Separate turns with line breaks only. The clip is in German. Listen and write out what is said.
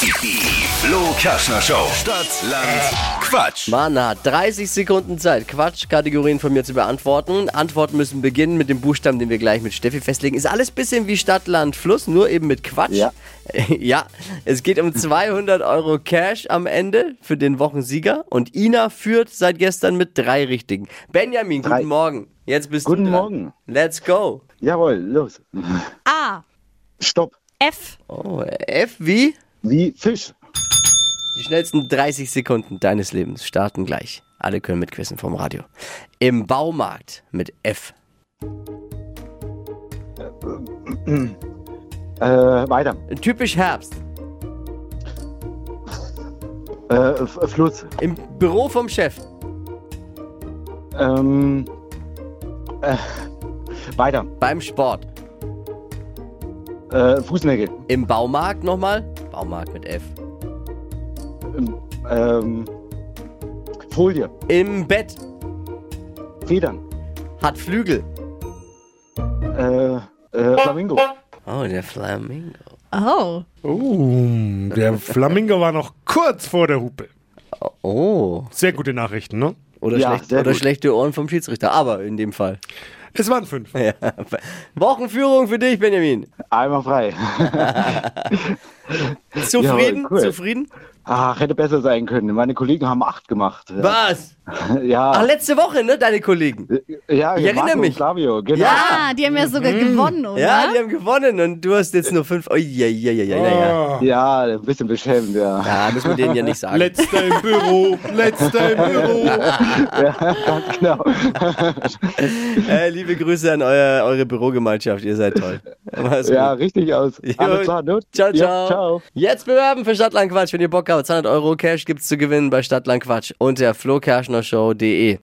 Die Flo Kaschner Show. Stadt, Land, Quatsch.
Mana, 30 Sekunden Zeit, Quatschkategorien von mir zu beantworten. Antworten müssen beginnen mit dem Buchstaben, den wir gleich mit Steffi festlegen. Ist alles bisschen wie Stadt, Land, Fluss, nur eben mit Quatsch.
Ja.
Ja, es geht um 200 Euro Cash am Ende für den Wochensieger. Und Ina führt seit gestern mit drei Richtigen. Benjamin, guten
Drei.
Morgen. Jetzt bist
Guten
du dran.
Morgen.
Let's go.
Jawohl, los.
A.
Stopp.
F.
Oh, F wie?
Wie Fisch.
Die schnellsten 30 Sekunden deines Lebens starten gleich. Alle können mitquissen vom Radio. Im Baumarkt mit F.
Äh, weiter.
Typisch Herbst.
Äh, F- Fluss.
Im Büro vom Chef.
Ähm, äh, weiter.
Beim Sport.
Äh, Fußnägel.
Im Baumarkt nochmal. Baumarkt mit F.
Ähm, Folie.
Im Bett.
Federn.
Hat Flügel.
Äh, äh, Flamingo.
Oh, der Flamingo.
Oh.
Oh, der Flamingo war noch kurz vor der Hupe.
Oh.
Sehr gute Nachrichten, ne?
Oder,
Ja,
schlecht,
sehr
oder
gut.
schlechte Ohren vom Schiedsrichter. Aber in dem Fall.
Es waren fünf.
Ja. Wochenführung für dich, Benjamin.
Einmal frei.
Zufrieden?
cool.
Zufrieden?
Ach, hätte besser sein können. Meine Kollegen haben acht gemacht. Ja.
Was? Ach,
ja.
letzte Woche, ne, deine Kollegen?
Ja,
ich erinnere
Marco und
mich.
Flavio, genau.
Ja.
Ah, die haben ja sogar gewonnen, oder?
Ja, die haben gewonnen und du hast jetzt nur fünf. Oh, ja, ja, ja, ja, ja.
Ah,
Ja, ein bisschen beschämt, ja.
Ja, müssen wir denen ja nicht sagen.
letzter im Büro, letzter im Büro.
Genau.
Äh, liebe Grüße an euer, eure Bürogemeinschaft, ihr seid toll. Mach's
Ja,
ja. gut.
richtig aus. Alles klar, ne?
Ciao, ciao.
Ja, ciao.
Jetzt bewerben für Stadtlandquatsch. Wenn ihr Bock habt, 200 Euro Cash gibt's zu gewinnen bei Stadtlandquatsch unter flokerschnershow.de.